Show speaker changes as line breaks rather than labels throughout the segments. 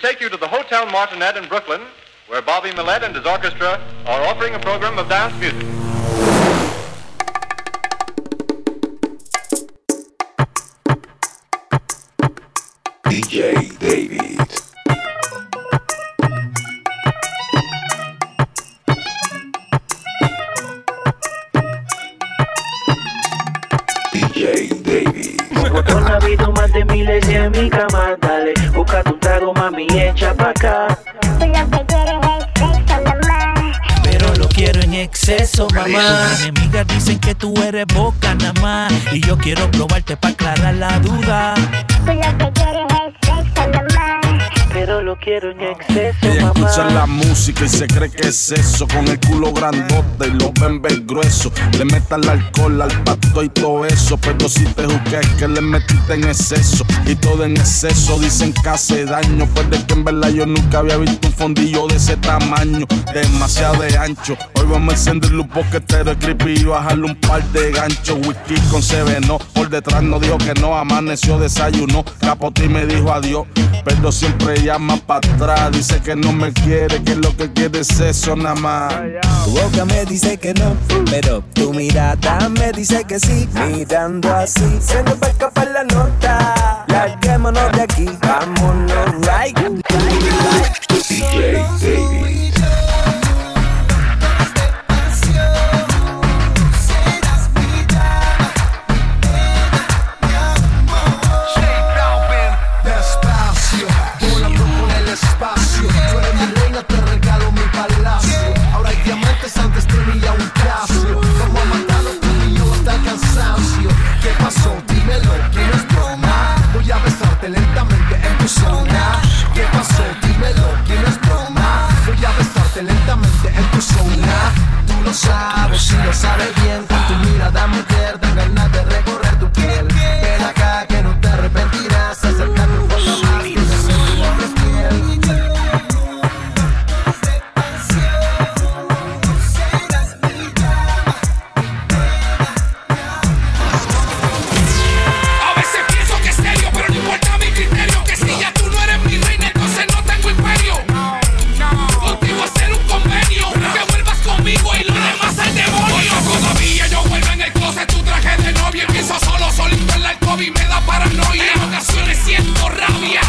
take you to the Hotel Martinet in Brooklyn, where Bobby Millette and his orchestra are offering a program of dance music.
DJ David. DJ David.
Con ha habido más de miles en mi cama, dale, búscate un trago, mami, echa pa' acá.
Tú lo que quieres es sexo, mamá.
Pero lo quiero en exceso, mamá.
Tus enemigas dicen que tú eres boca nada más Y yo quiero probarte para aclarar la duda
Tú lo que quieres es sexo, mamá.
Pero lo quiero en exceso,
Ella escucha la
mamá.
música y se cree que es eso. Con el culo grandote y los bembes gruesos. Le meta el alcohol al pasto y todo eso. Pero si te juzgues que le metiste en exceso. Y todo en exceso dicen que hace daño. Pues de que en verdad yo nunca había visto un fondillo de ese tamaño. Demasiado de ancho. Hoy vamos a encenderle un boquetero de creepy y bajarle un par de ganchos. Whisky con CBNO. Por detrás no dijo que no. Amaneció, desayunó. Capote y me dijo adiós. Pero siempre llama para atrás. Dice que no me quiere, que lo que quiere es eso nada más.
Tu boca me dice que no, pero tu mirada me dice que sí. Mirando así, se nos va a escapar la nota. Larguémonos de aquí, vámonos right.
DJ David.
Despacio, voy a proponer espacio. Tú eres mi reina, te regalo mi palacio. Ahora hay diamantes antes tenía un tracio. Vamos a matarlo tú y yo hasta el cansancio. ¿Qué pasó? Dímelo, que no es broma. Voy a besarte lentamente en tu zona. ¿Qué pasó? Dímelo, que no es broma. Voy a besarte lentamente en tu zona. Tú lo sabes y lo sabes bien. Con tu mirada mujer dan ganas de recorrer tu piel. Ven acá que no te arrepentirás. Acércate un poco más que yo sé que eres fiel.
A veces pienso que es serio, pero no importa mi criterio. Que si ya tú no eres mi reina, entonces no tengo imperio. Contigo hacer un convenio. Que vuelvas conmigo y lo demás al demonio. Todavía yo vuelvo en el closet, tu traje de novia. Pienso solo, solito en la alcoba y me da paranoia. En ocasiones siento rabia.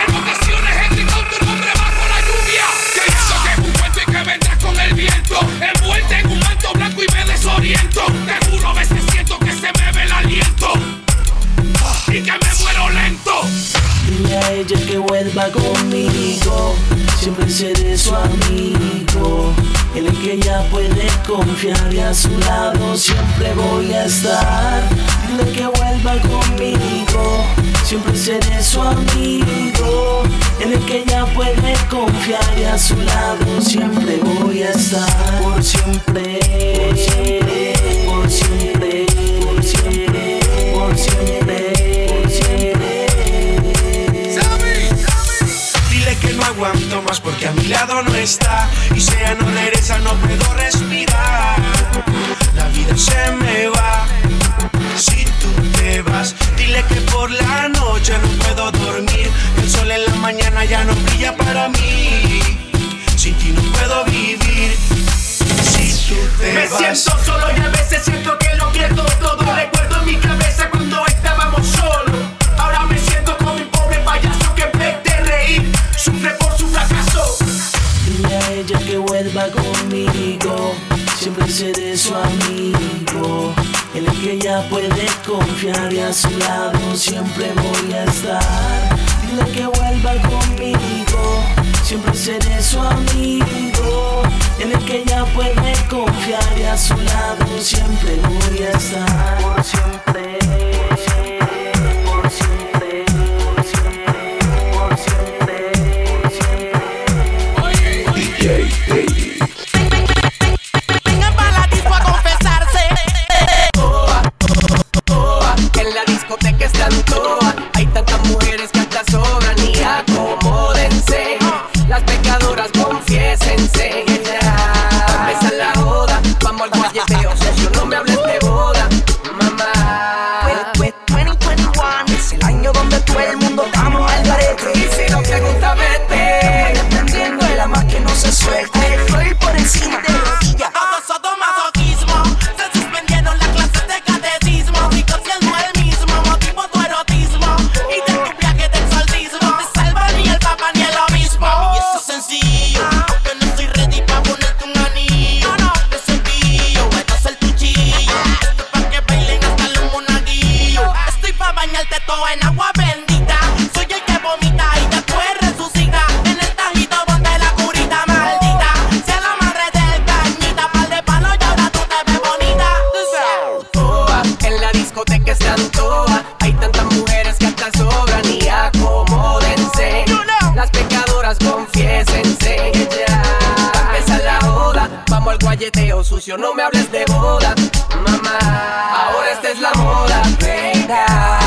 En ocasiones he gritado tu nombre bajo la lluvia. Te hizo que un cuento y que vendrás con el viento. Envuelta en un manto blanco y me desoriento. Te juro, a veces siento que se me ve el aliento y que me muero lento.
Dile a ella que vuelva conmigo, siempre seré su amigo. En el que ella puede confiar y a su lado siempre voy a estar. Dile que vuelva conmigo, siempre seré su amigo. En el que ella puede confiar y a su lado siempre voy a estar. Por siempre, por siempre, por siempre, por siempre, por siempre, por siempre.
Dile que no aguanto más porque a mi lado no está Y si ella no regresa no puedo respirar La vida se me va si tú te vas Dile que por la noche no puedo dormir que El sol en la mañana ya no brilla para mí Sin ti no puedo vivir Si tú te
Me
vas
siento solo y a veces siento que lo pierdo todo. Recuerdo en mi cabeza cuando estábamos solos. Ahora me siento como un pobre payaso que en vez de reír sufre por su fracaso.
Dile a ella que vuelva conmigo, siempre seré su amigo. En el que ella puede confiar y a su lado siempre voy a estar. Dile que vuelva conmigo, siempre seré su amigo. En el que ella puede confiar y a su lado siempre voy a estar. Por siempre. Por siempre, por siempre, por siempre, por siempre.
DJ David.
Vengan para la disco a confesarse.
En la discoteca están todas. Hay tantas mujeres que hasta sobran y acomódense. Las pecadoras confiésense. Empieza la joda, vamos al guayeteo. Si no me hables de boda, ma. divorcio. No me hables de boda, mamá. Ahora esta es la moda. Venga.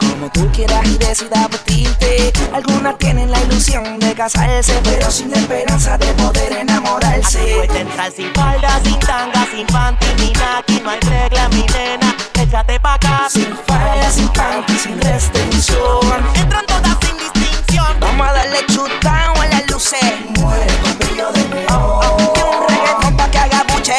Como tú quieras y decidas vestirte. Algunas tienen la ilusión de casarse, pero sin esperanza de poder enamorarse.
Aquí puedes entrar sin falda, sin tanga, sin panty, ni naki, no hay regla, mi nena. Échate pa' acá.
Sin falda, sin panty, sin restricción.
Entran todas sin distinción.
Vamos a darle chutao a las luces.
Muere con brillo de neón.
Que un reggaetón pa' que haga buche.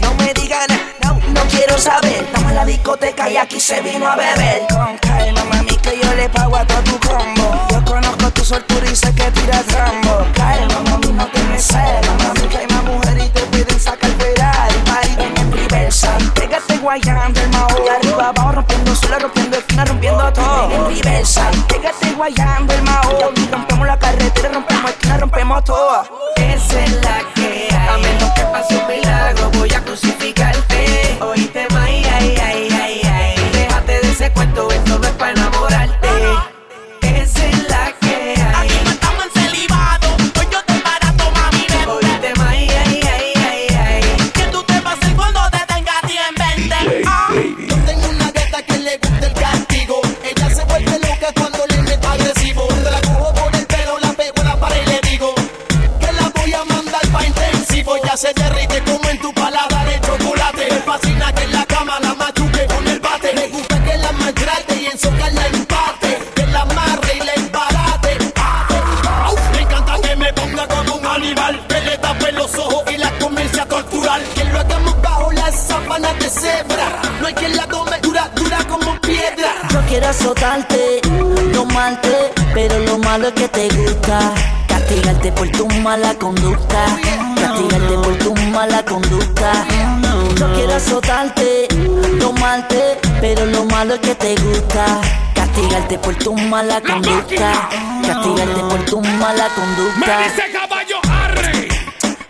No me digan, no, no quiero saber. Estamos en la discoteca y aquí se vino a beber. Con calma, mami, que yo le pago a todo tu combo. Yo conozco tu soltura y sé que tiras rambo. Calma, mami, no te me celas. Mami, que hay más mujeres y te pueden sacar Ferrari. Ay, ven en reversa. Pégate guayando el mao de arriba abajo, rompiendo suelo, rompiendo esquina, rompiendo todo. Ven en reversa. Pégate guayando el mao. Yo aquí rompemos la carretera, rompemos esquina, rompemos todo.
Esa es la que hay. A menos que pase un milagro, voy a crucificarte. Oíste, May, ay, ay, ay, ay. Déjate de ese cuento, esto no es para enamorarte. Esa es la que hay.
Aquí no estamos en celibado. Hoy yo te barato, mami,
Oíste,
vente.
May, ay, ay, ay, ay.
Que tú te pases cuando te tengas 120. Ah.
Yo tengo una gata que le gusta el castigo. Ella se vuelve loca cuando le meto agresivo. Cuando la cojo por el pelo, la pego en la pared y le digo que la voy a mandar pa' intensivo. Ya se derrite como en tu paladar el chocolate. Me fascina que en la cama la machuque con el bate. Me gusta que la maltrate y en su cara la empate. Que la amarre y la embarate. Ah, au, me encanta que me ponga como un animal. Que le tape los ojos y la comience a torturar. Que lo hagamos bajo las sábanas de cebra. No hay quien la tome dura, dura como piedra.
Yo quiero azotarte, tomarte, pero lo malo es que te gusta. Castigarte por tu mala conducta. Castigarte por tu mala conducta. Yo quiero azotarte, tomarte, pero lo malo es que te gusta. Castigarte por tu mala conducta. Castigarte por tu mala conducta.
Me dice caballo arre,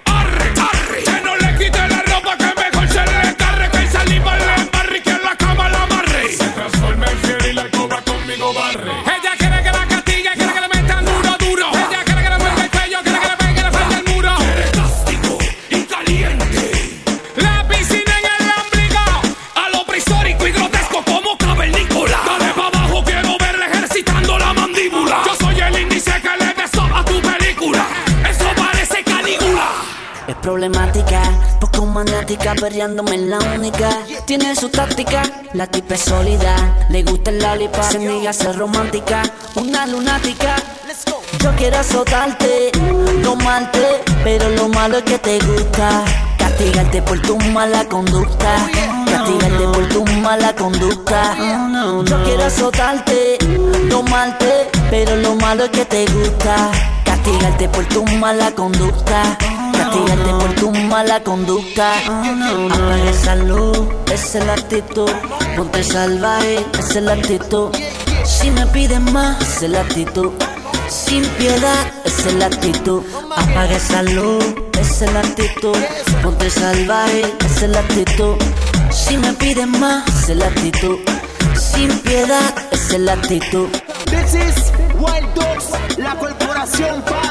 arre, arre. Que no le quite la ropa, que mejor se le encarre. Que salimos le embarre y que en la cama la amarre. Se transforma en fiel y la cobra conmigo barre. Ella quiere que la castigue, quiere que le metan duro, duro. Ella quiere que le vuelva el cuello, quiere que le pegue la frente al muro. Quiere cástigo y caliente. La piscina en el ombligo. A lo prisórico y grotesco como cavernícola. Dale pa' abajo, quiero verle ejercitando la mandíbula. Yo soy el índice que le besó a tu película. Eso parece Calígula.
Es problemática, poco maniática, perreándome es la única. Tiene su táctica, la tipa es sólida. Le gusta el lollipop, se niega a ser romántica. Una lunática. Yo quiero azotarte, tomarte, pero lo malo es que te gusta. Castigarte por tu mala conducta. Castigarte por tu mala conducta. Yo quiero azotarte, tomarte, pero lo malo es que te gusta. Castigarte por tu mala conducta. Castigarte por tu mala conducta. Apaga esa luz, esa es la actitud. Ponte salvaje, esa es la actitud. Si me piden más, esa es la actitud. Sin piedad, esa es la actitud. Apaga esa luz, esa es la actitud. Ponte salvaje, esa es la actitud. Si me piden más, esa es la actitud. Sin piedad, esa es la actitud.
This is Wild Dogs, la corporación pa.